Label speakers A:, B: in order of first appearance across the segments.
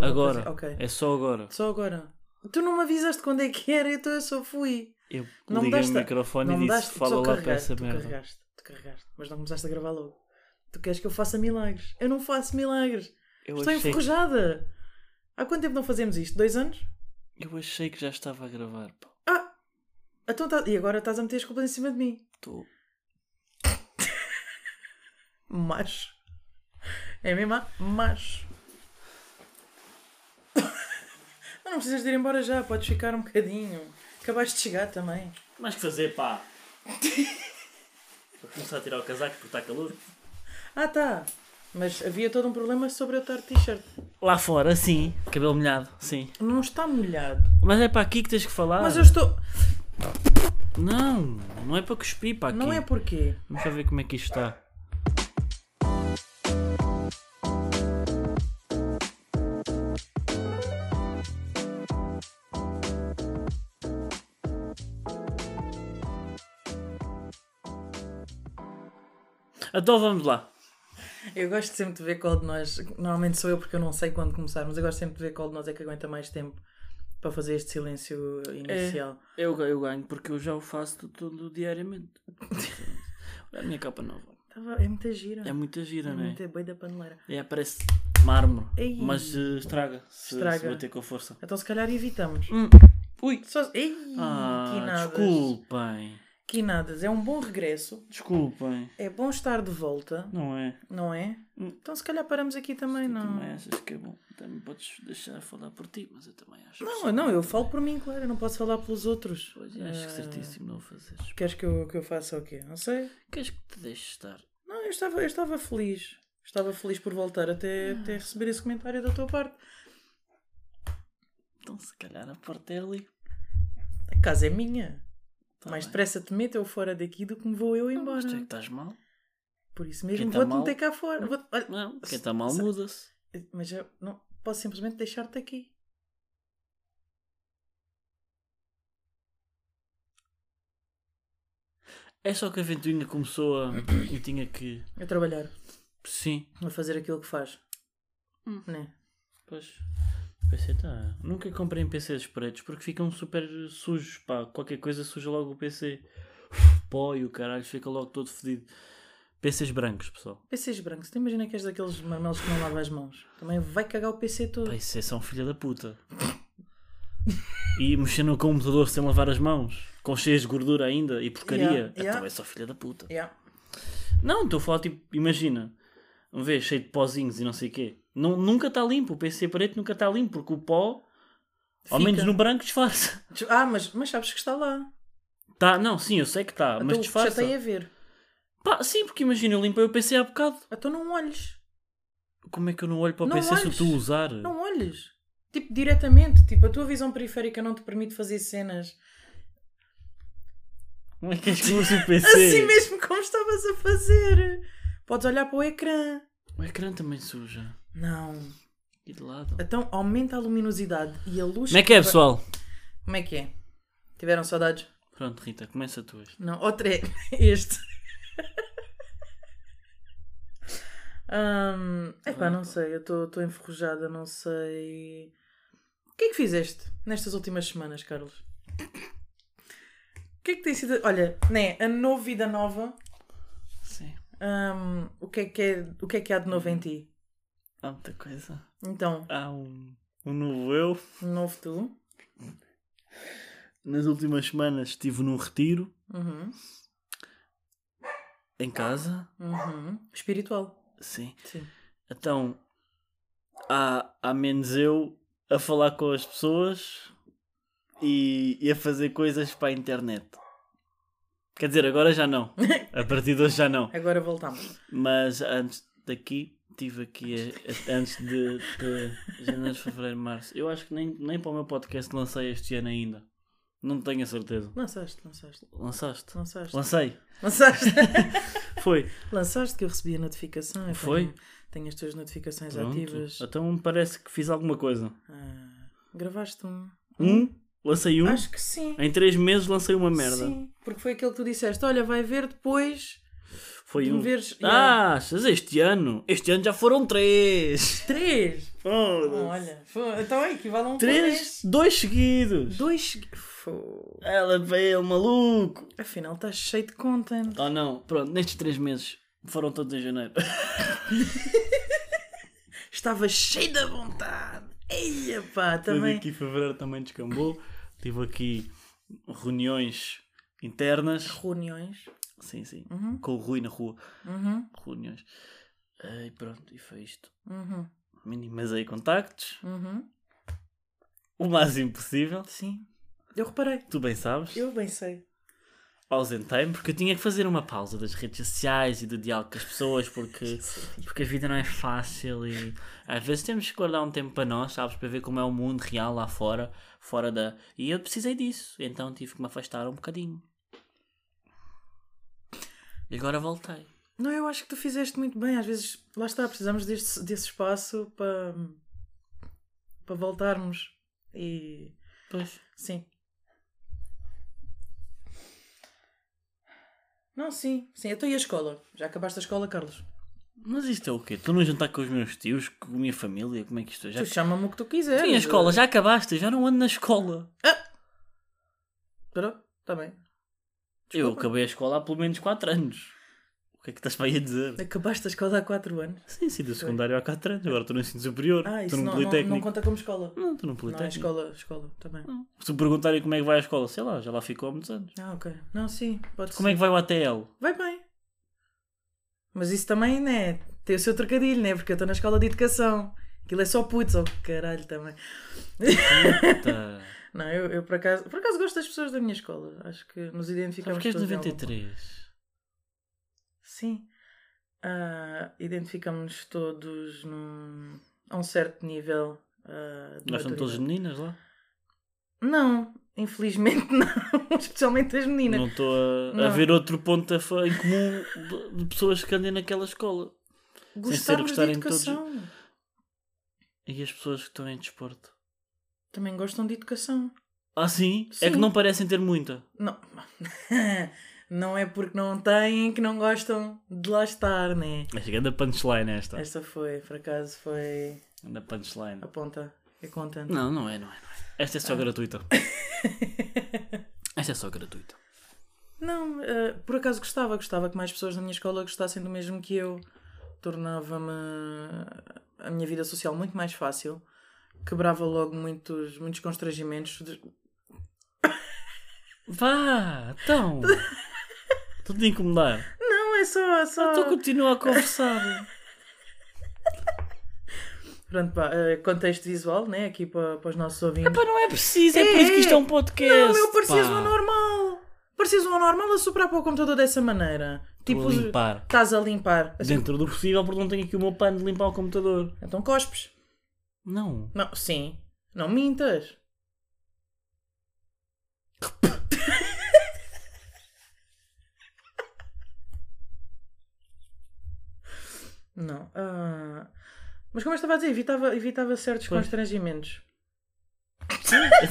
A: Uma
B: Agora.
A: coisa- ok.
B: É só agora.
A: Só agora. Tu não me avisaste quando é que era, então eu só fui.
B: Eu
A: Não me
B: liguei o
A: deste-
B: microfone
A: não
B: e
A: me
B: disse:
A: daste, tu
B: fala
A: só
B: lá para
A: carregaste,
B: essa
A: tu
B: merda.
A: carregaste, tu carregaste, mas não começaste a gravar logo. Tu queres que eu faça milagres? Eu não faço milagres.
B: Eu
A: Estou
B: achei,
A: enferrujada. Há quanto tempo não fazemos isto? Dois anos?
B: eu achei que já estava a gravar. pá.
A: Ah! Então tá- E agora estás a meter as culpas em cima de mim.
B: Tô-
A: Macho. É mesmo? ah? Macho. Mas não precisas de ir embora já, podes ficar um bocadinho. Acabaste de chegar também.
C: Mais que fazer, pá. Vou começar a tirar o casaco porque está calor.
A: Ah, tá. Mas havia todo um problema sobre eu estar de t-shirt.
B: Lá fora, sim. Cabelo molhado, sim.
A: Não está molhado.
B: Mas é para aqui que tens que falar.
A: Mas eu estou.
B: Não, não é para cuspir para aqui.
A: Não é porquê.
B: Vamos só ver como é que isto está. Então vamos lá.
A: Eu gosto sempre de ver qual de nós. Normalmente sou eu porque eu não sei quando começar, mas eu gosto sempre de ver qual de nós é que aguenta mais tempo para fazer este silêncio inicial.
B: É. Eu, eu ganho porque eu já o faço todo, todo diariamente. Olha a minha capa nova.
A: Tava- É, muita gira.
B: É muita gira,
A: É
B: não é?
A: muita boi da paneleira.
B: É, parece mármore.
A: Ei.
B: Mas eh, estraga. Se,
A: Estraga.
B: se bater com força.
A: Então se calhar evitamos.
B: Ui!
A: Só... Ei, que
B: Ah,
A: nadas.
B: desculpem.
A: Que nadas. É um bom regresso.
B: Desculpem.
A: É bom estar de volta,
B: Não é?
A: não é?
B: Hum.
A: Então se calhar paramos aqui também,
B: Tu
A: não.
B: também achas que é bom. Também podes deixar falar por ti, mas eu também acho. que
A: Não,
B: sim.
A: eu não, eu falo por mim, claro, eu não posso falar pelos outros.
B: Pois, eu acho que
A: Ah,
B: certíssimo não o fazeres.
A: Queres que eu, que eu faça o quê? Não sei.
B: Queres que te deixes estar?
A: Não, eu estava, eu estava feliz. Estava feliz por voltar até,
B: Ah.
A: até receber esse comentário da tua parte.
B: Então, se calhar a porta é ali.
A: A casa é minha.
B: Tá
A: Mais
B: bem.
A: depressa te meto eu fora daqui do que me vou eu
B: Mas
A: embora.
B: tu é que estás mal?
A: Por isso
B: Quem
A: mesmo
B: tá
A: vou-te
B: mal-
A: meter cá fora. Vou olha,
B: Não, quem está mal
A: Se-
B: muda-se.
A: mas eu não posso simplesmente deixar-te aqui.
B: É só que a ventoinha começou a. Eu tinha que.
A: A trabalhar.
B: Sim.
A: A fazer aquilo que faz.
B: Hum.
A: Né?
B: Pois. PC tá. Nunca comprei em PCs pretos porque ficam super sujos, pá. Qualquer coisa suja logo o PC. Pó e o caralho fica logo todo fedido. PCs brancos, pessoal.
A: PCs brancos. Tu imagina que és daqueles marmelos que não lava as mãos. Também vai cagar o PC todo.
B: Pá, isso é só um filho da puta. E mexer no computador sem lavar as mãos, com cheias de gordura ainda e porcaria.
A: Yeah, yeah.
B: Então é só filha da puta.
A: Yeah.
B: Não, estou a falar tipo, imagina, um vez cheio de pozinhos e não sei o quê. Não, nunca está limpo, o PC preto nunca está limpo, porque o pó, ao
A: Fica.
B: menos no branco, disfarça.
A: Ah, mas, mas sabes que está lá.
B: Tá, não, sim, eu sei que tá, mas
A: então, já
B: disfarça.
A: tem a ver.
B: Pá, sim, porque imagina, eu limpei o PC há bocado.
A: Então não olhes.
B: Como é que eu não olho para o
A: Não
B: PC se
A: olhes.
B: tu usar?
A: Não olhes. Tipo, diretamente. Tipo, a tua visão periférica não te permite fazer cenas.
B: Como é que és que usa o PC?
A: Assim mesmo como estavas a fazer. Podes olhar para o ecrã.
B: O ecrã também suja.
A: Não.
B: E de lado.
A: Então aumenta a luminosidade e a luz.
B: Como é que é,
A: vai-
B: pessoal?
A: Como é que é? Tiveram saudades?
B: Pronto, Rita, começa tu hoje.
A: Não, outro é este. Hum, epá, não sei, eu estou enferrujada, não sei. O que é que fizeste nestas últimas semanas, Carlos? O que é que tem sido. Olha, né, ano novo, vida nova.
B: Sim.
A: hum, o, que é que é- o que é que há de novo em ti?
B: Há muita coisa.
A: Então,
B: Há um, um novo eu.
A: novo tu.
B: Nas últimas semanas estive num retiro,
A: Uhum,
B: em casa.
A: uhum. Espiritual.
B: Sim.
A: Sim.
B: Então, há, há menos eu a falar com as pessoas e, e a fazer coisas para a internet. Quer dizer, agora já não. A partir de hoje já não.
A: Agora voltamos.
B: Mas antes daqui, tive aqui a- a- antes de, de janeiro, fevereiro, março. Eu acho que nem, nem para o meu podcast lancei este ano ainda. Não tenho a certeza.
A: Lançaste, lançaste,
B: Lançaste?
A: lançaste.
B: Lancei.
A: Lançaste.
B: Foi.
A: Lançaste que eu recebi a notificação. eu
B: Foi?
A: Tenho, tenho as tuas notificações
B: Pronto.
A: ativas.
B: Então parece que fiz alguma coisa.
A: Ah, gravaste um?
B: Um, lancei um.
A: Acho que sim.
B: Em três meses lancei uma merda.
A: Sim, porque foi aquele que tu disseste: olha, vai ver depois.
B: Foi
A: De me
B: um.
A: veres-
B: Ah, achas este ano? Este ano já foram três.
A: Três!
B: Foda-se.
A: Olha, foi- então é, equivale a um
B: Três, dois seguidos.
A: Dois. Fô.
B: Ela para ele, maluco.
A: Afinal, estás cheio de content.
B: Oh não, pronto, nestes três meses foram todos em janeiro.
A: Estava cheio da vontade. Eia pá, também.
B: Tive aqui em fevereiro também descambou. Tive aqui reuniões internas.
A: Reuniões.
B: Sim, sim.
A: Uhum.
B: Com o Rui na rua.
A: Uhum.
B: Reuniões. Ah, E pronto, e foi isto.
A: Uhum.
B: Minimizei contactos.
A: Uhum.
B: O máximo possível.
A: Sim. Eu reparei.
B: Tu bem sabes.
A: Eu bem sei.
B: Ausentei-me porque eu tinha que fazer uma pausa das redes sociais e do diálogo com as pessoas porque, porque a vida não é fácil e às vezes temos que guardar um tempo para nós, sabes? Para ver como é o mundo real lá fora, fora da. E eu precisei disso, então tive que me afastar um bocadinho. E agora voltei.
A: Não, eu acho que tu fizeste muito bem. Às vezes, lá está, precisamos deste, desse espaço para. para voltarmos. E.
B: Pois.
A: Sim. Não, sim. Sim, então e a escola? Já acabaste a escola, Carlos?
B: Mas isto é o quê? Estou num jantar com os meus tios, com a minha família, como é que isto é? Já...
A: Tu eh? chama-me o que tu quiseres.
B: Sim, a escola, já acabaste, eu já não ando na escola.
A: Espera, está tá bem.
B: Eu acabei a escola há pelo menos 4 anos. O que é que estás para aí a dizer?
A: Acabaste a escola há 4 anos.
B: Sim, sim, do secundário há 4 anos, agora estou no ensino superior,
A: Ah, isso
B: estou no
A: não, não, não
B: Politécnico.
A: conta como escola.
B: Não, estou no
A: Não, é
B: Politécnico.
A: escola, escola, tá também.
B: Se me perguntarem como é que vai a escola, sei lá, já lá ficou há muitos anos.
A: Ah, ok. Não, sim, pode
B: Como é
A: ser.
B: que vai o ATL?
A: Vai bem. Mas isso também, né? Tem o seu trocadilho, né? Porque eu estou na escola de educação. Aquilo é só putos, oh caralho também.
B: Puta.
A: Não, eu, eu por acaso, por acaso gosto das pessoas da minha escola. Acho que nos
B: Sabes
A: identificamos
B: que és de
A: todos em algum
B: 93?
A: Sim. Ah, Identificamos-nos todos num, a um certo nível. ah, de
B: Nós
A: maturidade.
B: estamos todas meninas lá?
A: Não, infelizmente não. Especialmente as meninas.
B: Não estou a, a
A: Não.
B: ver outro ponto a fa- em comum de- de pessoas que andem naquela escola. ser
A: Gostarmos de
B: gostarem de todos.
A: educação.
B: E as pessoas que estão em desporto?
A: Também gostam de educação.
B: Ah, sim? É que
A: Sim.
B: não parecem ter muita.
A: Não. Não é porque não têm que não gostam de lá estar, né?
B: Mas grande punchline esta.
A: Esta foi, por acaso, foi
B: Grande punchline.
A: a ponta. É contente.
B: Não, não é, não é, não é. Esta
A: Ah.
B: é só gratuita. Esta é só gratuita.
A: Não, eh, por acaso gostava, gostava que mais pessoas da minha escola gostassem do mesmo que eu. Tornava-me a minha vida social muito mais fácil, quebrava logo muitos, muitos constrangimentos. de-
B: Vá, então. Estou a incomodar.
A: Não, é só. é só...
B: Então continua a conversar.
A: Pronto, pá, eh, contexto visual, né? Aqui para, para os nossos ouvintes.
B: Pá, não é preciso, é,
A: É,
B: por isso que isto é
A: é.
B: um podcast.
A: Não, eu parecia
B: pá.
A: um anormal! Parecia um anormal a soprar para o computador dessa maneira. Tipo,
B: Vou limpar.
A: estás a limpar. Assim,
B: Dentro do possível, porque não tenho aqui o meu pano de limpar o computador.
A: então cospes.
B: Não.
A: Não, sim. Não mintas. Não. ah, Mas como eu estava a dizer, evitava, evitava certos
B: Pois.
A: constrangimentos.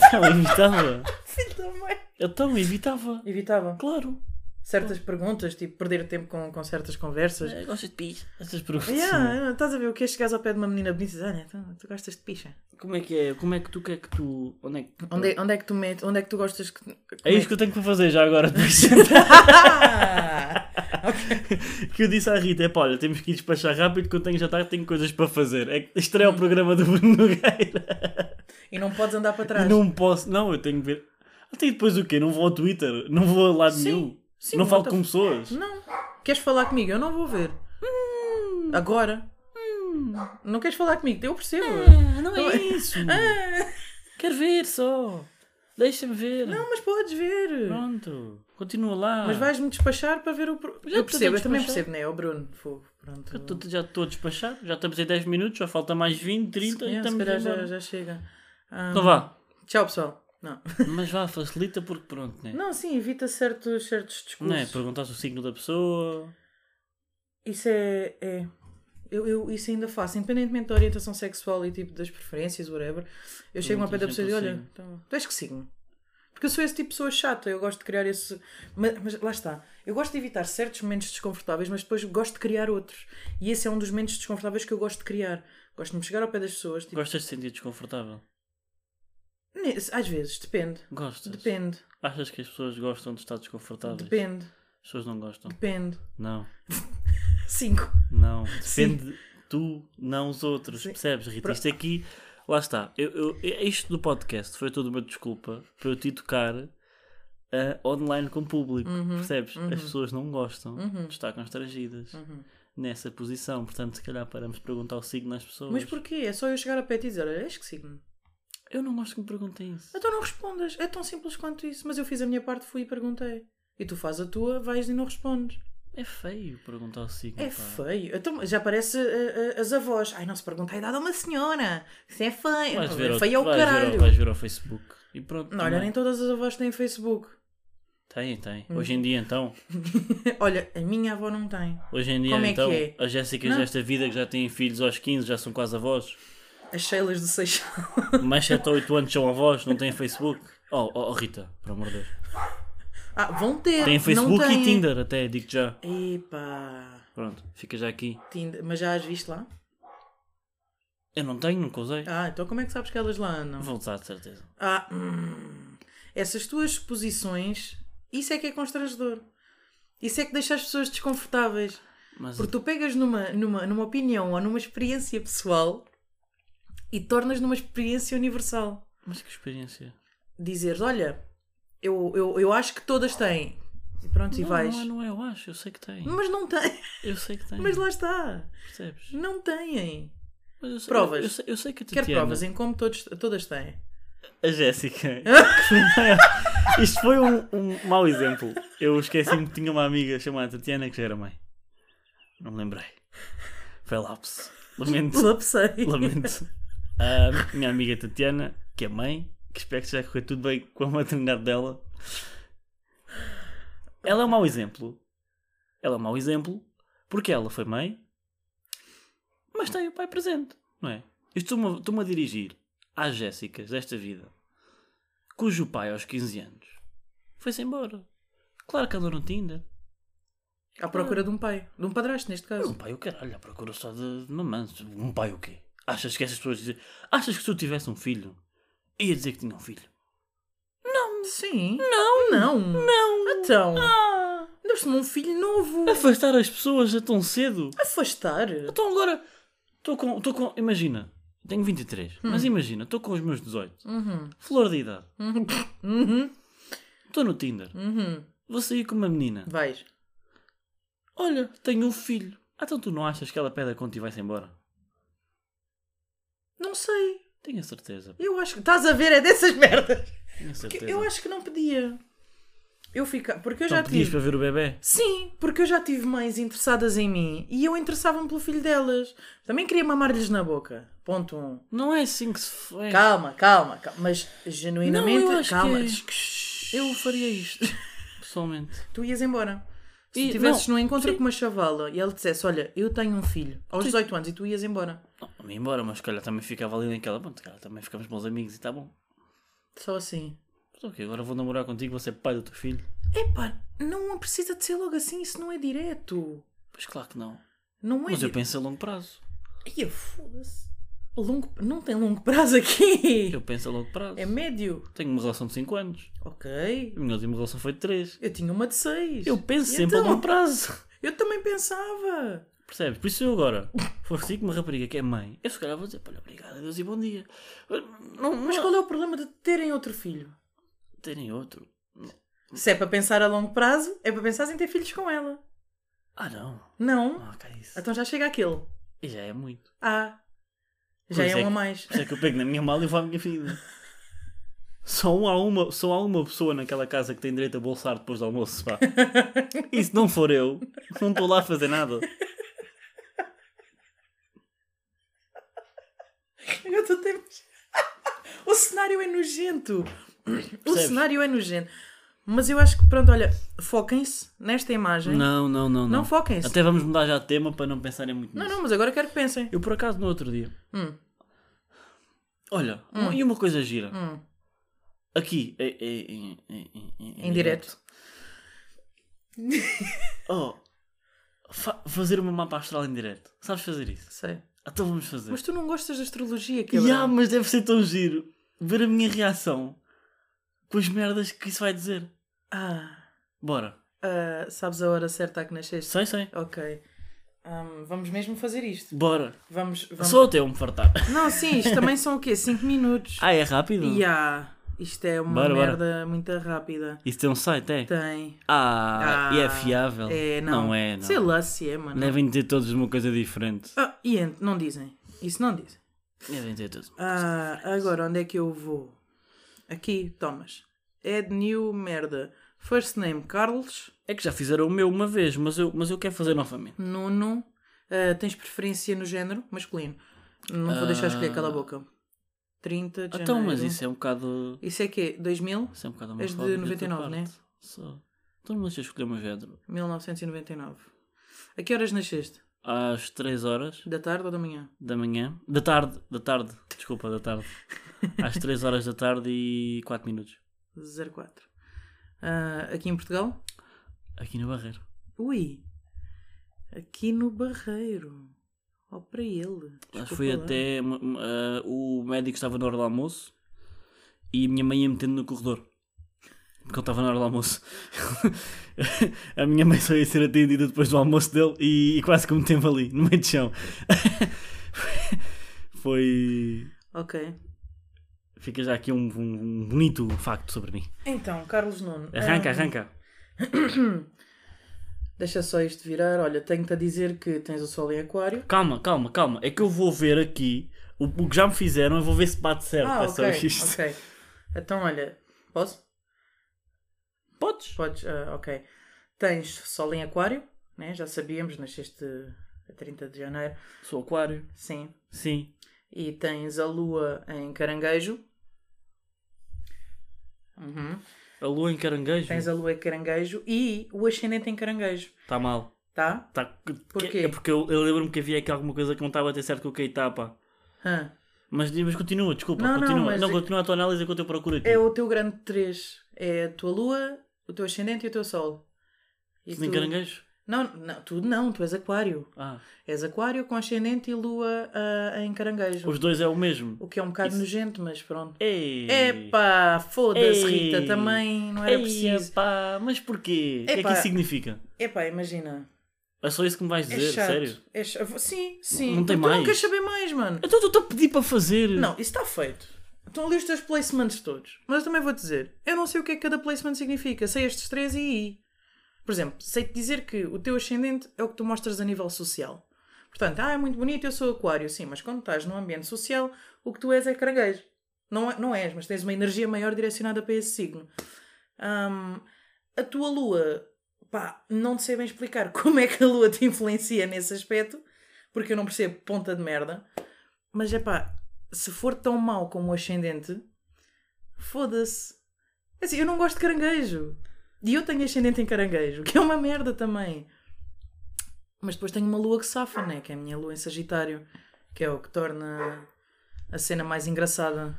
B: Então, evitava.
A: Filho da mãe.
B: Então, evitava.
A: Evitava.
B: Claro.
A: Certas perguntas, tipo perder tempo com, com certas conversas.
B: eh, Gostas de pis? Estas perguntas.
A: Yeah,
B: são-
A: não, estás a ver o que é chegares ao pé de uma menina bonita e dizes, olha, então, tu, tu gostas de picha.
B: Como é que é? Como é que tu, o que é que tu... Onde é que...
A: Onde, é- onde é que tu metes? Onde é que tu gostas que.
B: É isto que eu tenho que fazer já agora.
A: Ah!
B: que eu disse à Rita, é pá, olha, temos que ir despachar rápido que eu tenho já tarde, tenho coisas para fazer. É que estreia o programa do Bruno Nogueira.
A: E não podes andar para
B: E
A: trás.
B: não posso, não, eu tenho que ver. Até depois o quê? Não vou ao Twitter, não vou a lado
A: Sim,
B: nenhum.
A: sim,
B: não falo
A: what the
B: com
A: f-
B: pessoas.
A: Não. Queres falar comigo? Eu não vou ver. Hum. Agora? Não queres falar comigo? Eu percebo.
B: não
A: Hum. é
B: isso. Quero ver só. Deixa-me ver.
A: Não, mas podes ver.
B: Pronto. Continua lá.
A: Mas vais-me despachar para ver o. pro-
B: Já
A: Eu percebo,
B: estou a
A: eu também
B: despachar.
A: percebo, não é? O Bruno. Fogo. Pronto.
B: Eu tô- já estou a despachar, já estamos em 10 minutos, já falta mais 20, 30
A: Yeah,
B: e
A: se
B: estamos
A: calhar
B: já,
A: já, já chega. Ah,
B: Então vá.
A: Tchau, pessoal. Não.
B: Mas vá, facilita porque pronto, né?
A: Não, sim, evita certos, certos discursos.
B: Não é? Perguntaste o signo da pessoa.
A: Isso é. é. Eu, eu isso ainda faço, independentemente da orientação sexual e tipo das preferências, whatever. Eu chego ao pé da
B: Perguntas
A: pessoa e digo:
B: sempre o
A: olha,
B: signo.
A: então, tu és que signo? Porque eu sou esse tipo de pessoa chata, eu gosto de criar esse. Mas, mas lá está. Eu gosto de evitar certos momentos desconfortáveis, mas depois gosto de criar outros. E esse é um dos momentos desconfortáveis que eu gosto de criar. Gosto de me chegar ao pé das pessoas. Tipo,
B: Gostas de sentir desconfortável?
A: ne- Às vezes, depende.
B: Gostas?
A: Depende.
B: Achas que as pessoas gostam de estar desconfortáveis?
A: Depende.
B: As pessoas não gostam.
A: Depende.
B: Não,
A: Cinco.
B: não. Depende de tu, não os outros.
A: Sim.
B: Percebes, Rita?
A: Pro-
B: Isto aqui, lá está. Eu, eu- é isto do podcast foi tudo uma desculpa para eu te tocar ah, online com o público.
A: Uhum,
B: Percebes? As pessoas não gostam de estar constrangidas
A: Uhum.
B: nessa posição. Portanto, se calhar paramos de perguntar o signo às pessoas.
A: Mas porquê? É só eu chegar ao pé e dizer: Olha, és que signo.
B: Eu não gosto que me perguntem isso.
A: Então não respondas. É tão simples quanto isso. Mas eu fiz a minha parte, fui e perguntei. E tu fazes a tua, vais e não respondes.
B: É feio perguntar o signo.
A: É
B: pá.
A: feio. Então, já parece uh, uh, as avós. Ai, não se pergunta a idade a uma senhora. Isso é feio.
B: Vais
A: Não,
B: ver, ao,
A: é feio é o
B: vais ver ao-
A: caralho.
B: vais ver ao Facebook. E pronto.
A: Não, olha,
B: também.
A: nem Hum. todas as avós têm Facebook.
B: Tem, tem. Hoje em dia, então.
A: olha, a minha avó não tem.
B: Hoje em dia,
A: Como é que
B: então.
A: é?
B: As Jéssicas
A: Não.
B: desta vida que já têm filhos aos 15, já são quase avós.
A: As Sheilas do Seixal.
B: Mais 7 ou 8 anos são avós, não têm Facebook. Oh, oh, oh, Rita, por amor de Deus.
A: Ah, vão ter.
B: Têm Facebook
A: não têm.
B: e Tinder, até, digo já.
A: Epá.
B: Pronto, fica já aqui.
A: Tinder. Mas já as viste lá?
B: Eu não tenho, nunca usei.
A: Ah, então como é que sabes que elas lá andam?
B: Vou usar, de certeza.
A: Ah, hum. essas tuas suposições, isso é que é constrangedor. Isso é que deixa as pessoas desconfortáveis.
B: Mas
A: Porque tu pegas numa, numa, numa opinião ou numa experiência pessoal e tornas numa experiência universal.
B: Mas que experiência?
A: Dizeres, olha, eu, eu, eu acho que todas têm. E pronto, e
B: não,
A: vais.
B: não é, não é, eu acho, eu sei que tem.
A: Mas não têm.
B: Eu sei que tem.
A: Mas lá está.
B: Percebes?
A: Não têm.
B: Mas eu sei,
A: Provas.
B: Eu, sei, eu sei que a
A: Quer
B: Tatiana...
A: provas em como todos, todas têm.
B: A Jéssica. Isto foi um, um mau exemplo. Eu esqueci-me que tinha uma amiga chamada Tatiana que já era mãe. Não me lembrei. Foi lapso. Lamento.
A: Lapsei.
B: Lamento. A minha amiga Tatiana, que é mãe, que espero que já correr tudo bem com a maternidade dela. Ela é um mau exemplo. Ela é um mau exemplo porque ela foi mãe, mas tem o pai presente, não é? Eu estou-me a- estou-me a dirigir às Jéssicas desta vida, cujo pai aos 15 anos foi-se embora. Claro que andou no Tinder.
A: À procura de um pai. De um padrasto, neste
B: Um
A: caso.
B: pai o caralho, à procura só de de mamãs. Um pai o quê? Achas que essas pessoas dizem. Achas que se eu tivesse um filho, ia dizer que tinha um filho?
A: Sim. Não. Não. Não. Então. Deste-me um filho novo.
B: Afastar as pessoas já tão cedo.
A: Afastar.
B: Então agora. Estou com, estou com. Imagina, tenho 23,
A: Hum.
B: mas imagina, estou com os meus 18. Flor de idade.
A: Uhum.
B: Estou no Tinder.
A: Uhum.
B: Vou sair com uma menina.
A: Vais.
B: Olha, tenho um filho. Ah, então tu não achas que ela pede a conta e vai-se embora?
A: Não sei.
B: Tenho a certeza.
A: Eu acho que. Estás a ver? É dessas merdas.
B: Tenho a certeza.
A: Eu acho que não pedia. Eu fica. Porque eu
B: Então
A: já
B: pedias
A: tive.
B: para ver o bebê?
A: Sim, porque eu já tive mães interessadas em mim e eu interessava-me pelo filho delas. Também queria mamar-lhes na boca. Ponto Um.
B: Não é assim que se faz.
A: Calma, calma, calma. Mas genuinamente,
B: Não, eu acho
A: calma.
B: que-
A: Shhh.
B: Eu faria isto. Pessoalmente.
A: Tu ias embora. Se
B: E-
A: estivesses
B: não,
A: num encontro
B: sim.
A: com uma chavala e ela te dissesse: Olha, eu tenho um filho aos 18 anos e tu ias embora.
B: Não, vamos embora, mas se calhar também ficava ali naquela. Bom, se calhar também ficamos bons amigos e tá bom.
A: Só assim.
B: Mas ok, agora vou namorar contigo, vou ser pai do teu filho.
A: Epá, não precisa de ser logo assim, isso não é direto.
B: Pois claro que não.
A: Não é
B: Mas eu
A: direto.
B: penso a longo prazo.
A: Ia, foda-se. Longo... Não tem longo prazo aqui.
B: Eu penso a longo prazo.
A: É médio.
B: Tenho uma relação de 5 anos.
A: Ok.
B: A minha última relação foi de 3.
A: Eu tinha uma de seis.
B: Eu penso
A: E
B: sempre a
A: então?
B: longo prazo.
A: Eu também pensava.
B: Percebes? Por isso eu agora, for assim que uma rapariga que é mãe, eu se calhar vou dizer, olha, obrigado, adeus e bom dia. Não, não
A: Mas
B: há-
A: qual é o problema de terem outro filho?
B: terem outro.
A: Se é para pensar a longo prazo, é para pensar em ter filhos com ela.
B: Ah não,
A: Não?
B: não há cá isso.
A: Então já chega aquele.
B: E já é muito.
A: Ah. Já
B: Pois
A: é
B: é
A: um a
B: que-
A: mais.
B: Por isso é que eu pego na minha mala e vou à minha vida. Só um há uma, só há uma pessoa naquela casa que tem direito a bolsar depois do almoço, pá. E se não for eu, não estou lá a fazer nada.
A: Eu tô até- o cenário é nojento. O
B: Percebes?
A: cenário é nojento. Mas eu acho que, pronto, olha, foquem-se nesta imagem.
B: Não, não, não, não.
A: Não foquem-se.
B: Até vamos mudar já de tema para não pensarem muito
A: Não,
B: nisso.
A: não, mas agora quero que pensem.
B: Eu por acaso no outro dia.
A: Hum.
B: Olha, uma- e uma coisa gira.
A: Hum.
B: Aqui, é, em, em, em, em, em-
A: em direto.
B: Oh, fa- fazer o meu mapa astral em direto. Sabes fazer isso?
A: Sei.
B: Então vamos fazer.
A: Mas tu não gostas de astrologia, é
B: Ya,
A: cabrão.
B: mas deve ser tão giro ver a minha reação com as merdas que isso vai dizer.
A: Ah,
B: Bora.
A: ah, sabes a hora certa a que nasceste?
B: Sei, sei.
A: Ok. Ahm, vamos mesmo fazer isto.
B: Bora.
A: Vamos. vamos...
B: Só até eu me fartar.
A: Não, sim, isto também são o quê? 5 minutos.
B: Ah, é rápido?
A: Ya, Isto é uma
B: Bora, bora.
A: merda muito rápida.
B: Isso tem um site, é?
A: Tem.
B: Ah,
A: Ah,
B: e é fiável.
A: É, não.
B: é, não.
A: Sei lá se é, mano.
B: Devem dizer todos uma coisa diferente.
A: Ah, e ent- não dizem. Isso não dizem.
B: Devem dizer todos.
A: Ah, agora onde é que eu vou? Aqui, Thomas. Ed New Merda. First name Carlos.
B: É que já fizeram o meu uma vez, mas eu, mas eu quero fazer novamente.
A: Nuno. Ah, tens preferência no género? Masculino. Não vou deixar escolher aquela boca. 30 de
B: Então, mas
A: janeiro.
B: isso é um bocado.
A: Isso é quê? 2000?
B: Isso é um bocado
A: És de
B: homofóbico da tua
A: 99,
B: parte.
A: né?
B: Só. Então não deixa eu escolher o meu género.
A: 1999. A que horas nasceste?
B: Às 3 horas
A: Da tarde ou da manhã?
B: da manhã. Da tarde, da tarde. Desculpa, da tarde. Às 3 horas da tarde e 4 minutos.
A: 04. Ah, aqui em Portugal?
B: Aqui no Barreiro.
A: Ui! Aqui no Barreiro. Ó para ele.
B: Acho
A: Desculpa
B: que foi
A: lá.
B: até. m- m- ah, o médico estava na hora do almoço e a minha mãe ia metendo no corredor. Porque ele estava na hora do almoço. a minha mãe só ia ser atendida depois do almoço dele e, e quase que me teve ali, no meio do chão. foi.
A: Ok.
B: Fica já aqui um, um- um bonito facto sobre mim.
A: Então, Carlos Nuno.
B: Arranca,
A: ah,
B: arranca.
A: Deixa só isto virar. Olha, tenho-te a dizer que tens o sol em aquário.
B: Calma, calma, calma. É que eu vou ver aqui o, o que já me fizeram, eu vou ver se bate certo.
A: Ah,
B: é só
A: ok.
B: isto.
A: Ok. Então, olha. Posso?
B: Podes?
A: Podes. ah, ok. Tens sol em aquário, né? Já sabíamos, nasceste a 30 de janeiro.
B: Sou aquário.
A: Sim.
B: Sim.
A: E tens a lua em caranguejo. Uhum.
B: A lua em caranguejo.
A: Tens a lua em caranguejo e o ascendente em caranguejo,
B: Está mal.
A: tá?
B: Tá...
A: Porquê?
B: É porque eu, eu lembro-me que havia aqui alguma coisa que não estava a ter certo com o que tapa.
A: Hã.
B: Mas, mas continua, desculpa.
A: Não, não,
B: continua. Não,
A: mas-
B: continua a tua análise enquanto eu procuro aqui.
A: É o teu grande três. É a tua lua, o teu ascendente e o teu sol. E
B: Em caranguejo?
A: Não, não, tu não, tu és aquário.
B: Ah.
A: És aquário com ascendente e lua ah, em caranguejo.
B: Os dois é o mesmo.
A: O que é um bocado
B: Isso.
A: nojento, mas pronto.
B: Ei.
A: Epá, foda-se,
B: Ei.
A: Rita, também não era
B: Ei,
A: preciso.
B: epá, mas porquê? O que é que
A: Epá.
B: isso significa?
A: Epá, imagina.
B: É só isso que me vais
A: É
B: dizer,
A: chato.
B: sério?
A: É cha- Sim, sim.
B: Não tem
A: tu
B: mais?
A: não queres saber mais, mano.
B: Então eu estou a pedir para fazer.
A: Não, isso está feito. Estão ali os teus placements todos. Mas eu também vou dizer, eu não sei o que é que cada placement significa. Sei estes três e aí. Por exemplo, sei-te dizer que o teu ascendente é o que tu mostras a nível social. Portanto, ah, é muito bonito, eu sou aquário. Sim, mas quando estás num ambiente social, o que tu és é caranguejo. Não, é- não és, mas tens uma energia maior direcionada para esse signo. Ahm, a tua lua, pá, não te sei bem explicar como é que a lua te influencia nesse aspecto, porque eu não percebo ponta de merda. Mas é pá, se for tão mau como o ascendente, foda-se. É Assim, eu não gosto de caranguejo. E eu tenho ascendente em caranguejo, que é uma merda também. Mas depois tenho uma lua que safa, né? Que é a minha lua em Sagitário, que é o que torna a cena mais engraçada.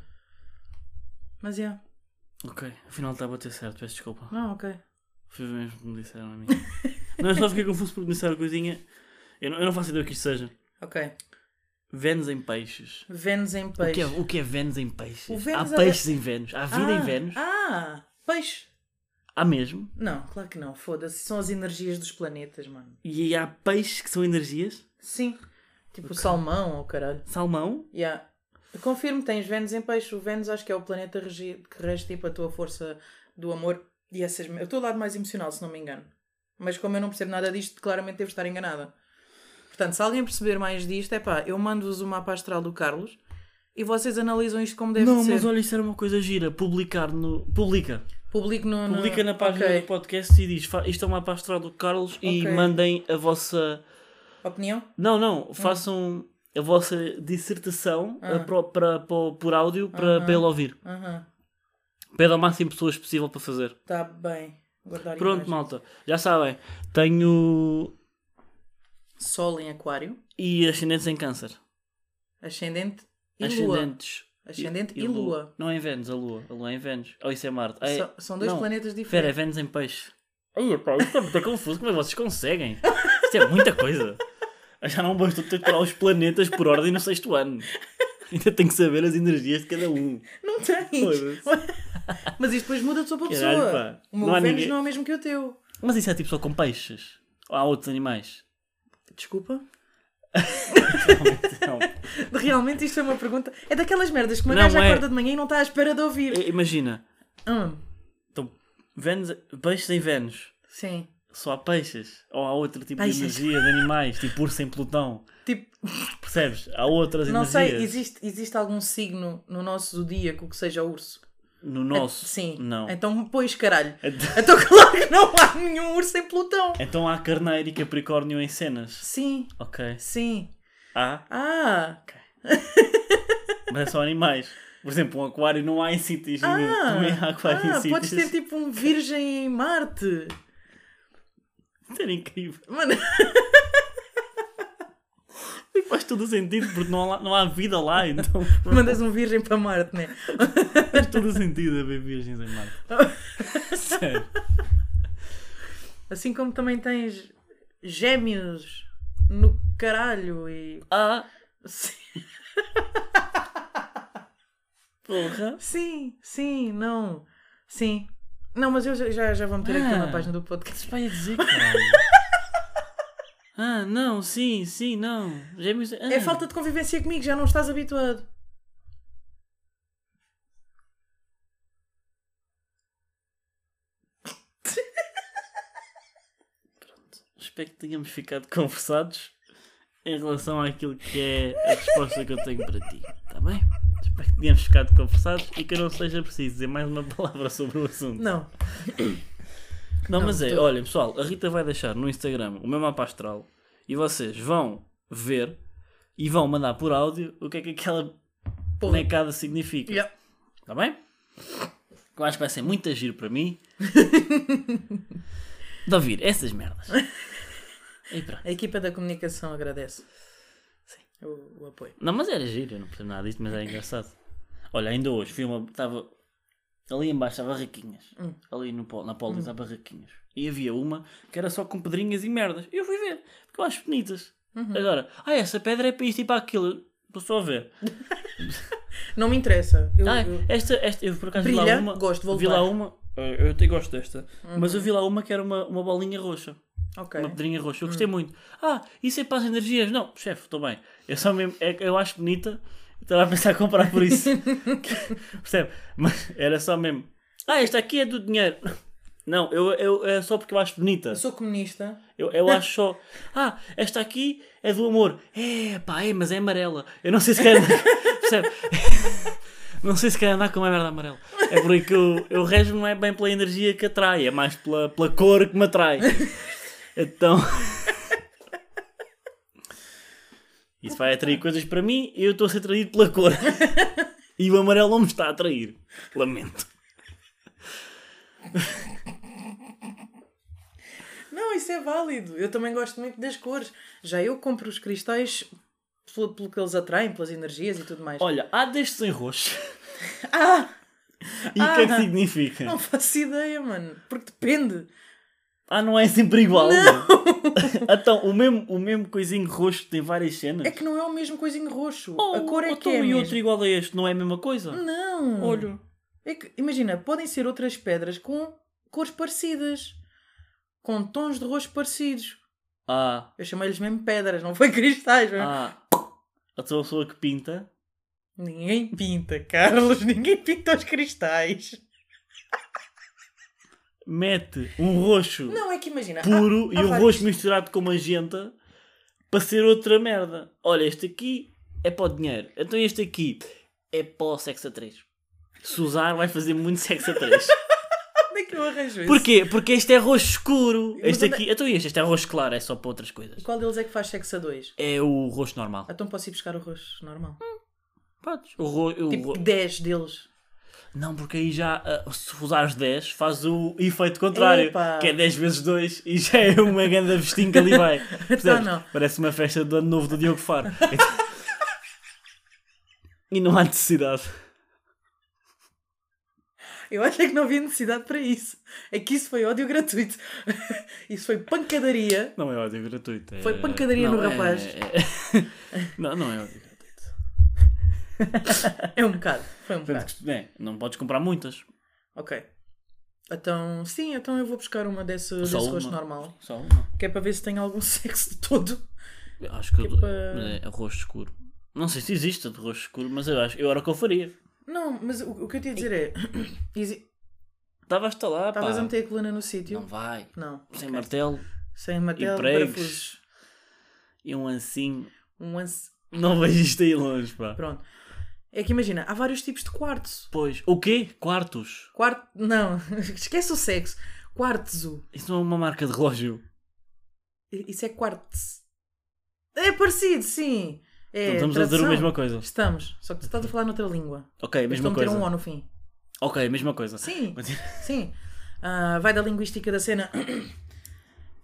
A: Mas é.
B: Ok, afinal estava a ter certo, peço desculpa.
A: Não, ok.
B: Foi mesmo que me disseram a mim. não, eu só fiquei confuso porque me disseram a coisinha. Eu não, eu não faço ideia o que isto seja.
A: Ok.
B: Vênus em peixes.
A: Vênus em
B: O que,
A: peixe.
B: é, o que é Vênus em peixes?
A: O Vênus
B: Há
A: é-
B: peixes em Vênus. Há vida em
A: Ah,
B: Vênus.
A: Ah, peixe.
B: Há mesmo.
A: Não, claro que não. Foda-se. São as energias dos planetas, mano.
B: E há peixes que são energias.
A: Sim. Tipo salmão ou caralho.
B: Salmão.
A: Yeah. Confirmo, tens Vênus em peixe. O Vênus acho que é o planeta regi- que rege tipo a tua força do amor e essas. Eu estou lado mais emocional, se não me engano. Mas como eu não percebo nada disto, claramente devo estar enganada. Portanto, se alguém perceber mais disto, é pá, eu mando-vos o mapa astral do Carlos e vocês analisam isto como deve
B: não,
A: ser.
B: mas olha, isso era uma coisa gira. Publicar no. Publica.
A: Publico no, no-
B: Publica na página
A: Ok.
B: do podcast e diz: "Fa- Isto é uma pastoral do Carlos e
A: Ok.
B: mandem a vossa.
A: Opinião?
B: Não, não, façam a vossa dissertação
A: Hum. Ah.
B: eh, pro- para, para- por áudio para, para ele ouvir.
A: Aham.
B: Pede ao máximo pessoas possível para fazer.
A: Tá bem. Guardar
B: Pronto,
A: imagens.
B: malta. Já sabem. Tenho.
A: Sol em Aquário,
B: E ascendentes em câncer.
A: ascendente e Lua.
B: ascendentes
A: Ascendente e, Lua.
B: Não é em Vênus, a Lua. A Lua é em Vênus. Ou isso é Marte. Ah, é-
A: São, são dois
B: não.
A: planetas
B: Espera, é
A: diferentes.
B: Vênus em peixe. Ai, pá, isto é muito confuso. Como é que vocês conseguem? Isto é muita coisa. Já não basta ter que parar os planetas por ordem no sexto ano. Ainda tenho que saber as energias de cada um.
A: Não tens.
B: Foda-se.
A: Mas isto depois muda de pessoa para pessoa.
B: Caralho, pá.
A: O meu
B: Não há
A: Vênus
B: ninguém-
A: não é o mesmo que o teu.
B: Mas isso é tipo só com peixes? Ou há outros animais?
A: Desculpa.
B: Não.
A: Realmente isto é uma pergunta. É daquelas merdas que uma
B: Não
A: gaja
B: é.
A: acorda de manhã e não está à espera de ouvir.
B: I- Imagina,
A: Hum,
B: então, Vênus, peixes em Vênus.
A: sim.
B: Só há peixes. Ou há outro tipo
A: Peixes.
B: de energia de animais, tipo urso em Plutão.
A: Tipo,
B: Percebes? Há outras
A: não
B: energias.
A: sei, existe, existe algum signo no nosso zodíaco que seja urso? É-
B: No nosso.
A: Sim.
B: Não.
A: Então, pois, caralho.
B: Então-
A: Então, claro que não há nenhum urso em Plutão.
B: Então há carneiro e capricórnio em cenas.
A: Sim,
B: Ok.
A: sim.
B: Há,
A: Ah,
B: mas é só animais. Por exemplo, um aquário não há em sítios
A: ah,
B: nenhum. Também há aquário
A: ah
B: em sítios.
A: podes ter tipo um virgem em Marte.
B: Isso era incrível.
A: Mano,
B: E faz todo o sentido, porque não há, lá- não há vida lá, então
A: mandas um virgem para Marte, né?
B: faz todo o sentido haver virgens em Marte. Sério.
A: Assim como também tens gêmeos no caralho e.
B: Ah,
A: Sim,
B: porra.
A: sim, sim, não. Sim. Não, mas eu já- já, já vou meter aqui
B: Ah.
A: na página do podcast.
B: Vai dizer, caralho. Ah, não, sim, sim, não. Gêmeos. Ah.
A: É falta de convivência comigo, já não estás habituado.
B: Espero que tenhamos ficado conversados em relação àquilo que é a resposta que eu tenho para ti. Está bem? Espero que tenhamos ficado conversados e que eu não seja preciso dizer mais uma palavra sobre o assunto.
A: Não.
B: Não, mas é,
A: tô-
B: olhem pessoal, a Rita vai deixar no Instagram o meu mapa astral e vocês vão ver e vão mandar por áudio o que é que aquela
A: Porra.
B: bonecada significa.
A: Yeah.
B: Está Tá bem? Eu acho que vai ser muito agir para mim de ouvir essas merdas. E pronto.
A: A equipa da comunicação agradece. O, o apoio.
B: Não, mas era giro, eu não percebo nada disto, mas era engraçado. Olha, ainda hoje fui a uma. Estava. Ali embaixo há barraquinhas. Ali no, pol- na Polis há barraquinhas. E havia uma que era só com pedrinhas e merdas. E eu fui ver, porque eu acho bonitas. Agora, ah, essa pedra é para isto e para aquilo. Estou só a ver.
A: Não me interessa. Eu,
B: Ah,
A: eu-
B: esta, esta, eu por acaso vi
A: Brilha,
B: lá uma.
A: gosto, vou
B: vi
A: levar. Uhum.
B: lá uma. eh, Eu eu até gosto desta. Mas eu vi lá uma que era uma, uma bolinha roxa.
A: Ok.
B: Uma pedrinha roxa. Eu gostei
A: Hum.
B: muito. Ah, isso é para as energias. Não, chefe, estou bem. Eu só mesmo, é que eu acho bonita. Estava a pensar em comprar por isso. Que- Percebe? Mas era só mesmo. Ah, esta aqui é do dinheiro. Não, eu, eu, é só porque eu acho bonita.
A: Eu sou comunista.
B: Eu, eu acho só. Ah, esta aqui é do amor. É, pá, é, mas é amarela. Eu não sei se quero andar. Percebe? Não sei se quero andar com uma merda amarela. É por aí que eu, eu rejo não é bem pela energia que atrai, é mais pela, pela cor que me atrai. Então. Isso vai atrair coisas para mim e eu estou a ser atraído pela cor. E o amarelo não me está a atrair. Lamento.
A: Não, isso é válido. Eu também gosto muito das cores. Já eu compro os cristais pelo, pelo que eles atraem, pelas energias e tudo mais.
B: Olha, há destes em roxo.
A: Ah!
B: E o que é que
A: Ah.
B: significa?
A: Não faço ideia, mano. Porque depende.
B: Ah, não é sempre igual? então, o mesmo, o mesmo coisinho roxo tem várias cenas.
A: É que não é o mesmo coisinho roxo.
B: Oh,
A: a cor é que
B: então,
A: é.
B: e
A: mesmo.
B: outro igual a este, não é a mesma coisa?
A: Não.
B: Olha.
A: É que, imagina, podem ser outras pedras com cores parecidas. Com tons de roxo parecidos.
B: Ah,
A: Eu chamei-lhes mesmo pedras, não foi cristais. mesmo.
B: ah. A tua pessoa que pinta.
A: Ninguém pinta, Carlos. Ninguém pinta os cristais.
B: Mete um roxo
A: Não, é que imagina.
B: puro
A: há-
B: e
A: há
B: um
A: vários-
B: roxo misturado com magenta para ser outra merda. Olha, este aqui é para o dinheiro. Então este aqui é para o sexo a 3. Se usar, vai fazer muito sexo a 3.
A: Onde é que eu arranjo isso?
B: Porquê? Porque este é roxo escuro.
A: Mas
B: Este
A: onde é-
B: aqui. Então este, este é roxo claro, é só para outras coisas.
A: E qual deles é que faz sexo a dois?
B: É o roxo normal.
A: Então posso ir buscar o roxo normal.
B: Podes. O ro... o
A: tipo
B: ro-
A: 10 deles.
B: Não, porque aí já, ah, se usares 10, faz o efeito contrário,
A: Epa.
B: que é 10 vezes 2 e já é uma grande vestinha que ali vai. Percebes?
A: Então, não.
B: Parece uma festa do ano novo do Diogo Faro. Então- E não há necessidade.
A: Eu acho é que não havia necessidade para isso. É que isso foi ódio gratuito. Isso foi pancadaria.
B: Não é ódio gratuito. é-
A: Foi pancadaria no
B: é-
A: rapaz.
B: é- não, não é ódio gratuito.
A: É um bocado. Foi um bocado.
B: Portanto, bem, não podes comprar muitas.
A: Ok. Então, sim, então eu vou buscar uma desse, desse
B: Só
A: gosto
B: uma.
A: normal.
B: Só uma.
A: Que é para ver se tem algum sexo de todo.
B: Acho que eu-
A: Tipo,
B: mas é arroz escuro. Não sei se existe de arroz escuro, mas eu acho. Eu era o que eu faria.
A: Não, mas o, o que eu tinha a dizer é. exi-
B: Estavas-te lá, pá.
A: Estavas a meter a coluna no
B: Não
A: sítio?
B: vai.
A: Não.
B: Sem martelo
A: Sem martelo,
B: E pregos.
A: parafusos.
B: e um ancinho.
A: Um lance.
B: Não vejo isto aí longe, pá.
A: Pronto. É que imagina, há vários tipos de quartzo.
B: Pois. O quê? Quartos.
A: Quarto. Não, esquece o sexo. Quartzo.
B: Isso não é uma marca de relógio.
A: I- Isso é quartzo. É parecido, sim. É,
B: então estamos a dizer a
A: tradução.
B: mesma coisa.
A: Estamos, só que tu estás a falar noutra língua.
B: Ok,
A: Eles
B: mesma
A: estão a
B: coisa.
A: meter um O no fim.
B: Ok, mesma coisa.
A: Sim.
B: Continua.
A: Sim. Ah, vai da linguística da cena.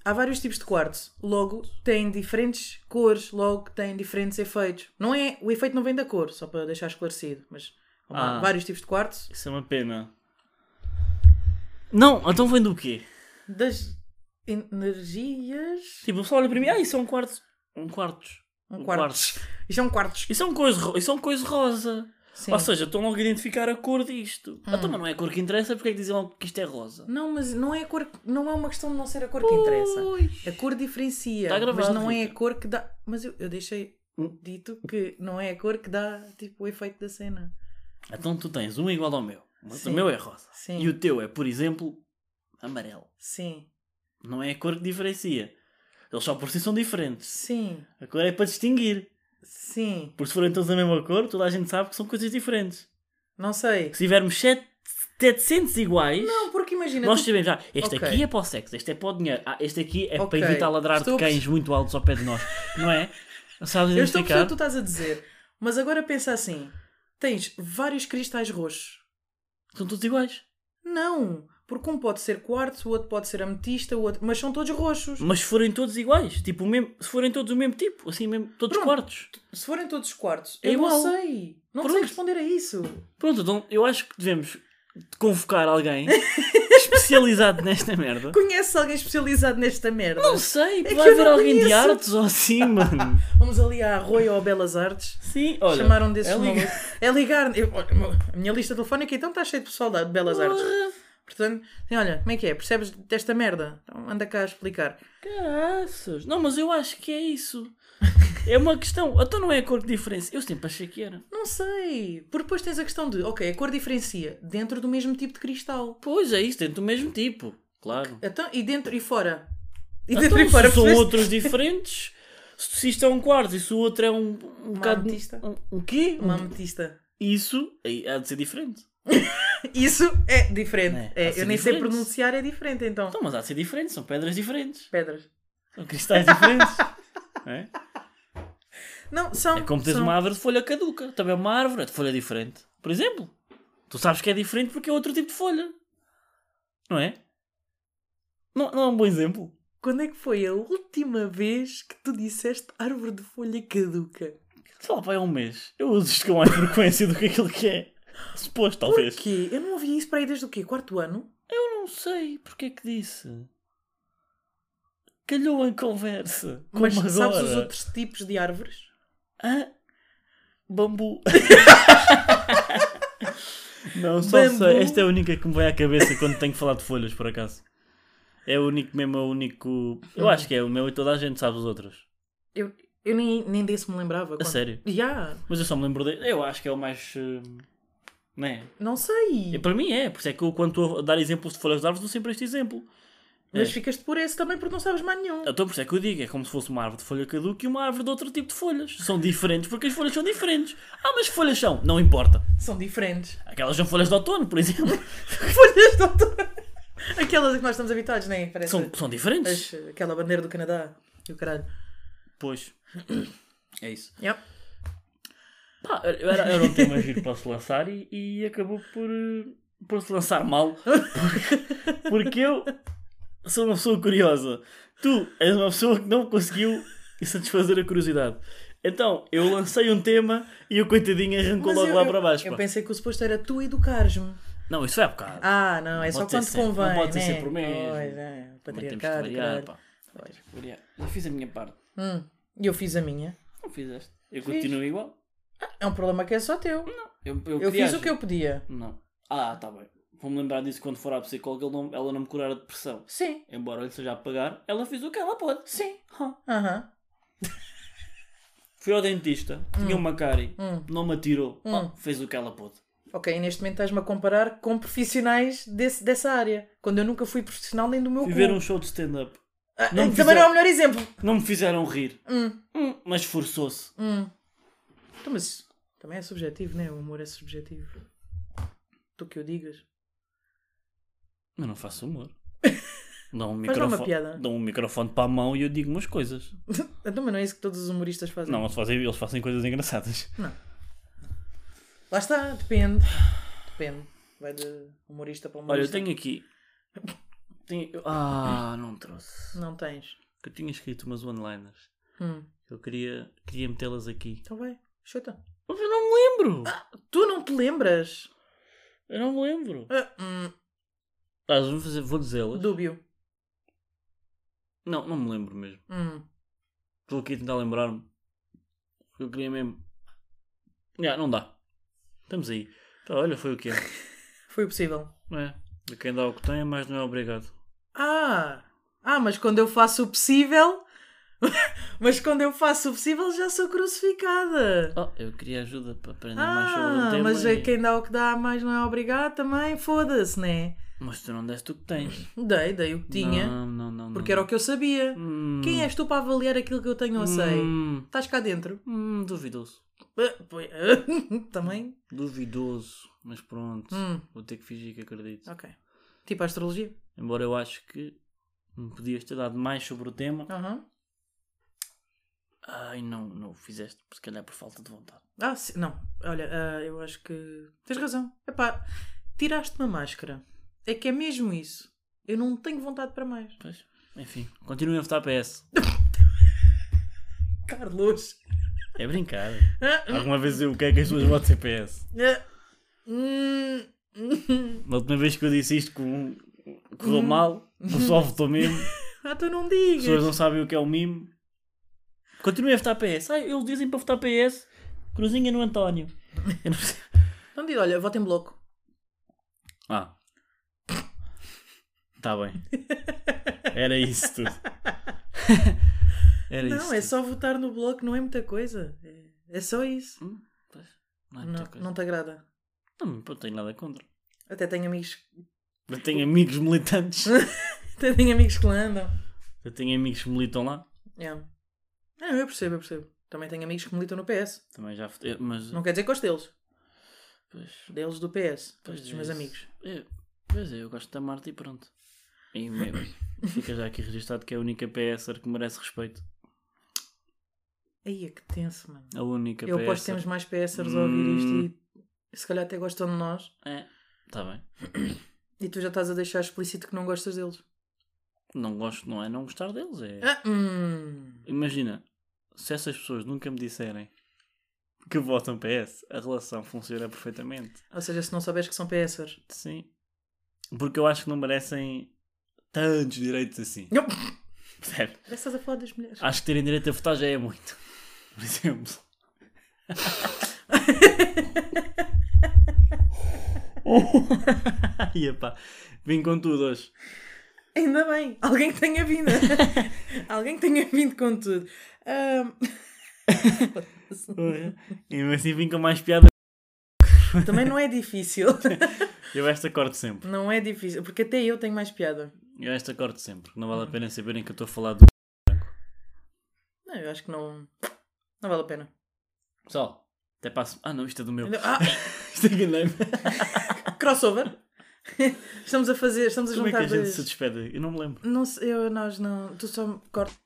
A: Há vários tipos de quartzo. Logo, têm diferentes cores, logo, têm diferentes efeitos. Não é, o efeito não vem da cor, só para deixar esclarecido. Mas como há
B: Ah.
A: vários tipos de quartzo.
B: Isso é uma pena. Não, então vem do quê?
A: Das energias.
B: Tipo, o pessoal olha para mim, ah, isso é um quarto. Um quartos.
A: Um quartzo. Isto é um quartzo.
B: Isso é um coisa, ro- isso é um coisa rosa.
A: Sim. Hum.
B: Ou seja, estão logo a identificar a cor disto. Então, mas não é a cor que interessa, porque é que dizem logo que isto é rosa?
A: Não, mas não é a cor, não é uma questão de não ser a cor que interessa.
B: Pois.
A: A cor diferencia,
B: Tá gravado,
A: mas não é a
B: Rita.
A: cor que dá. Mas eu, eu deixei
B: Hum.
A: dito que não é a cor que dá tipo o efeito da cena.
B: Então tu tens um igual ao meu. Mas
A: Sim.
B: o meu é rosa.
A: Sim.
B: E o teu é, por exemplo, amarelo.
A: Sim,
B: Não é a cor que diferencia. Eles só por si são diferentes.
A: sim,
B: A cor é para distinguir.
A: sim.
B: Porque se forem todos da mesma cor, toda a gente sabe que são coisas diferentes.
A: Não sei.
B: Se tivermos sete- 700 iguais,
A: Não, porque imagina.
B: nós
A: tu-
B: sabemos já. Este
A: Ok.
B: aqui é para o sexo, este é para o dinheiro, ah, este aqui é
A: Ok.
B: para evitar ladrar
A: Estou a
B: de cães muito altos ao pé de nós. Não é? Sabes
A: Eu estou a perceber o
B: identificar?
A: que tu estás a dizer. Mas agora pensa assim: tens vários cristais roxos.
B: São todos iguais.
A: Não! Porque um pode ser quartzo, o outro pode ser ametista, o outro. Mas são todos roxos.
B: Mas se forem todos iguais, tipo, o mesmo, se forem todos o mesmo tipo, assim mesmo, todos
A: Pronto.
B: quartos.
A: Se forem todos quartos,
B: É
A: eu não
B: igual.
A: sei. Não sei
B: Pronto.
A: responder a isso.
B: Pronto, então eu acho que devemos convocar alguém especializado nesta merda.
A: Conheces alguém especializado nesta merda?
B: Não sei,
A: É que
B: vai
A: eu
B: haver
A: não
B: alguém de
A: conheço.
B: artes ou assim, mano.
A: Vamos ali à Arroio ou Belas Artes.
B: Sim, olha.
A: Chamaram desses
B: é
A: malucos.
B: ligar-
A: É ligar. eu- olha, a minha lista telefónica então está cheia de pessoal da de Belas Artes.
B: Porra,
A: Portanto, assim, olha, como é que é? Percebes desta merda? Então anda cá a explicar.
B: Caraças. Não, mas eu acho que é isso. É uma questão. Então não é a cor de diferença. Eu sempre achei que era.
A: Não sei. Porque depois tens a questão de, ok, a cor diferencia dentro do mesmo tipo de cristal.
B: Pois é, isso, dentro do mesmo tipo. Claro.
A: Então, e dentro e fora? E
B: Então,
A: dentro e
B: se
A: fora,
B: são
A: percebeste?
B: outros diferentes. Se isto é um quarto e se o outro é um, um bocado.
A: ametista.
B: Um, um quê?
A: Uma ametista.
B: Isso aí há de ser diferente.
A: Isso é diferente. É,
B: É, há de
A: eu
B: ser
A: nem sei
B: diferente.
A: pronunciar, é diferente então.
B: Então, mas há de ser diferente, são pedras diferentes.
A: Pedras.
B: São cristais diferentes. não é?
A: Não, são.
B: É como tens
A: são...
B: uma árvore de folha caduca. Também é uma árvore de folha diferente. Por exemplo, tu sabes que é diferente porque é outro tipo de folha. Não é? Não, não é um bom exemplo.
A: Quando é que foi a última vez que tu disseste árvore de folha caduca?
B: Sei lá, vai há um mês. Eu uso isto com mais frequência do que aquilo que é. Suposto, talvez.
A: Porquê? Eu não ouvi isso para aí desde o quê? Quarto ano?
B: Eu não sei porque é que disse. Calhou em conversa. Como
A: Mas
B: agora?
A: sabes os outros tipos de árvores?
B: Hã? Bambu. não, só
A: Bambu.
B: sei. Esta é a única que me vai à cabeça quando tenho que falar de folhas, por acaso. É o único mesmo, é o único. Eu acho que é o meu e toda a gente sabe os outros.
A: Eu, eu nem, nem desse me lembrava.
B: A sério.
A: Já,
B: Mas eu só me lembro dele. Eu acho que é o mais. hum, Não é?
A: não sei.
B: E para mim é, por isso é que eu, quando estou a dar exemplos de folhas de árvores, dou sempre este exemplo.
A: Mas
B: É.
A: ficaste por esse também porque não sabes mais nenhum.
B: Então, por isso é que eu digo, é como se fosse uma árvore de folha caduca e uma árvore de outro tipo de folhas. São diferentes porque as folhas são diferentes. Ah, mas que folhas são? Não importa.
A: São diferentes. é,
B: Aquelas são folhas de outono, por exemplo.
A: Folhas de outono. Aquelas a que nós estamos habituados, nem parece.
B: São, são diferentes.
A: As- aquela bandeira do Canadá e o caralho.
B: Pois. É isso.
A: Yep.
B: Pá, era, era um tema giro para se lançar e, e acabou por, eh, por se lançar mal. Porque, porque eu sou uma pessoa curiosa. Tu és uma pessoa que não conseguiu satisfazer a curiosidade. Então, eu lancei um tema e o coitadinho arrancou
A: Mas
B: logo
A: eu-
B: lá
A: eu-
B: para baixo.
A: Eu
B: pá.
A: pensei que o suposto era tu educares-me.
B: Não, isso é a bocado.
A: Ah, não, é
B: Não
A: só
B: pode ser
A: quando
B: sempre,
A: convém.
B: não pode ser
A: né?
B: sempre o mesmo.
A: Pois é,
B: Também temos que
A: patriarcado.
B: variar,
A: caralho.
B: pá. Variar. Eu fiz a minha parte.
A: Hum, E eu fiz a minha.
B: Não fizeste. Eu continuo igual.
A: É um problema que é só teu.
B: Eu,
A: Eu
B: queria
A: fiz o que eu podia.
B: Não. Ah, tá bem. Vou-me lembrar disso quando for à psicóloga, ele não- ela não me curar a depressão.
A: Sim,
B: Embora ele seja a pagar, ela fez o que ela pôde.
A: sim.
B: Hã.
A: Aham.
B: Fui ao dentista, tinha uma cárie, não me atirou.
A: Hum.
B: Ah, fez o que ela pôde.
A: Ok, e neste momento estás-me a comparar com profissionais desse- dessa área. Quando eu nunca fui profissional nem do meu
B: Fui
A: cu.
B: ver um show de stand-up.
A: Ah,
B: não
A: também
B: fizer-
A: não é o melhor exemplo.
B: Não me fizeram rir,
A: Hum,
B: Hum, mas esforçou-se.
A: hum. Então, mas também é subjetivo, né? O amor é subjetivo. Tu que o digas.
B: Mas não faço humor. Dão um,
A: Faz lá uma
B: microfone,
A: piada.
B: dão um microfone para a mão e eu digo umas coisas.
A: Então, mas não é isso que todos os humoristas fazem.
B: Não, eles fazem, eles fazem coisas engraçadas.
A: Lá está, depende. Depende. Vai de humorista para
B: Olha, eu
A: humorista.
B: tenho aqui. Tenho- Ah, não trouxe.
A: Não tens.
B: Eu tinha escrito umas one-liners.
A: Hum.
B: Eu queria, queria metê-las aqui.
A: Então vai, chuta.
B: Mas eu não me lembro!
A: Tu não te lembras?
B: Eu não me lembro.
A: Ah, hum,
B: Ah, vou fazer, vou dizê-las.
A: dúbio.
B: Não, não me lembro mesmo.
A: Hum.
B: Estou aqui a tentar lembrar-me. Eu queria mesmo. Já, não dá. Estamos aí. Tá, olha, foi o que é.
A: Foi possível.
B: Não é? De quem dá o que tem, mas não é obrigado.
A: Ah! Ah, mas quando eu faço o possível. mas quando eu faço o possível já sou crucificada.
B: Oh, eu queria ajuda para aprender mais sobre o
A: Ah,
B: tema.
A: mas
B: e-
A: quem dá o que dá, mais não é obrigado também, foda-se, né?
B: Mas tu não deste o que tens.
A: Dei, dei o que tinha,
B: Não, não, não.
A: porque era o que eu sabia. Quem és tu para avaliar aquilo que eu tenho ou sei?
B: Hum,
A: Estás cá dentro.
B: hum, duvidoso.
A: Ah, pois- ah, também?
B: Duvidoso. Mas pronto.
A: Hum,
B: Vou ter que fingir que acredito.
A: ok. Tipo a astrologia.
B: Embora eu acho que me podias ter dado mais sobre o tema.
A: Aham.
B: Ai, não, não o fizeste. Se calhar por falta de vontade.
A: Ah, sim. não. Olha, ah, eu acho que tens razão. Epá, tiraste-me a máscara. É que é mesmo isso. Eu não tenho vontade para mais.
B: Pois, enfim, continuem a votar PS.
A: Carlos.
B: É brincar.
A: Ah,
B: Alguma vez eu quero que as pessoas votem em PS.
A: ah, hum, hum.
B: Na última vez que eu disse isto com... correu mal, o pessoal votou mesmo,
A: Ah, tu não
B: as pessoas
A: digas.
B: não sabem o que é o mimo. Continuem a votar PS. Ah, eles dizem para votar PS. Cruzinha no António. Eu não sei.
A: Não diga, olha, vota em bloco.
B: Ah. Tá bem. Era isso tudo. Era isso.
A: Não, é
B: tudo.
A: só votar no bloco, não é muita coisa. É- É só isso.
B: Hum, pois. Não, é muita
A: Não,
B: coisa.
A: não te agrada.
B: Não, não tenho nada contra.
A: Até tenho amigos.
B: Eu tenho amigos militantes.
A: Até tenho amigos que lá andam.
B: Eu tenho amigos que militam lá.
A: É. Não, É, eu percebo, eu percebo. Também tenho amigos que militam no PS.
B: Também já votei, mas...
A: Não quer dizer que os deles.
B: Pois,
A: Deles do PS.
B: Pois
A: Dos
B: é
A: meus
B: isso.
A: amigos.
B: é, pois é, eu gosto da Marta e pronto. E me- fica já aqui registado que é a única PSer que merece respeito.
A: Aí é que tenso, mano.
B: A única
A: Eu aposto que
B: PSer.
A: temos mais PSers a ouvir isto
B: Hum.
A: e se calhar até gostam de nós.
B: É, tá bem.
A: E tu já estás a deixar explícito que não gostas deles.
B: Não gosto, não é não gostar deles, é...
A: Ah, hum.
B: Imagina, se essas pessoas nunca me disserem que votam PS, a relação funciona perfeitamente.
A: Ou seja, se não souberes que são PSers.
B: Sim. Porque eu acho que não merecem tantos direitos assim.
A: Não.
B: Percebe?
A: Já estás a falar das mulheres.
B: Acho que terem direito a votar já é muito. Por exemplo. Ia pá, vim com tudo hoje.
A: Ainda bem. Alguém que tenha vindo. Alguém que tenha vindo com tudo. Hum, Ahm,
B: E mesmo assim vim com mais piada.
A: também não é difícil.
B: Eu esta corto sempre.
A: Não é difícil. Porque até eu tenho mais piada.
B: Eu esta corto sempre. Não vale a pena saberem que eu estou a falar do.
A: Não, eu acho que não... Não vale a pena.
B: Pessoal, até passo. Ah não, isto é do meu.
A: Ah,
B: Isto é que não é-
A: crossover. Estamos a fazer... Estamos a
B: Como é que
A: juntar
B: a gente
A: dois-
B: se despede? Eu não me lembro.
A: Não sei, eu, nós não. Tu só me cortas.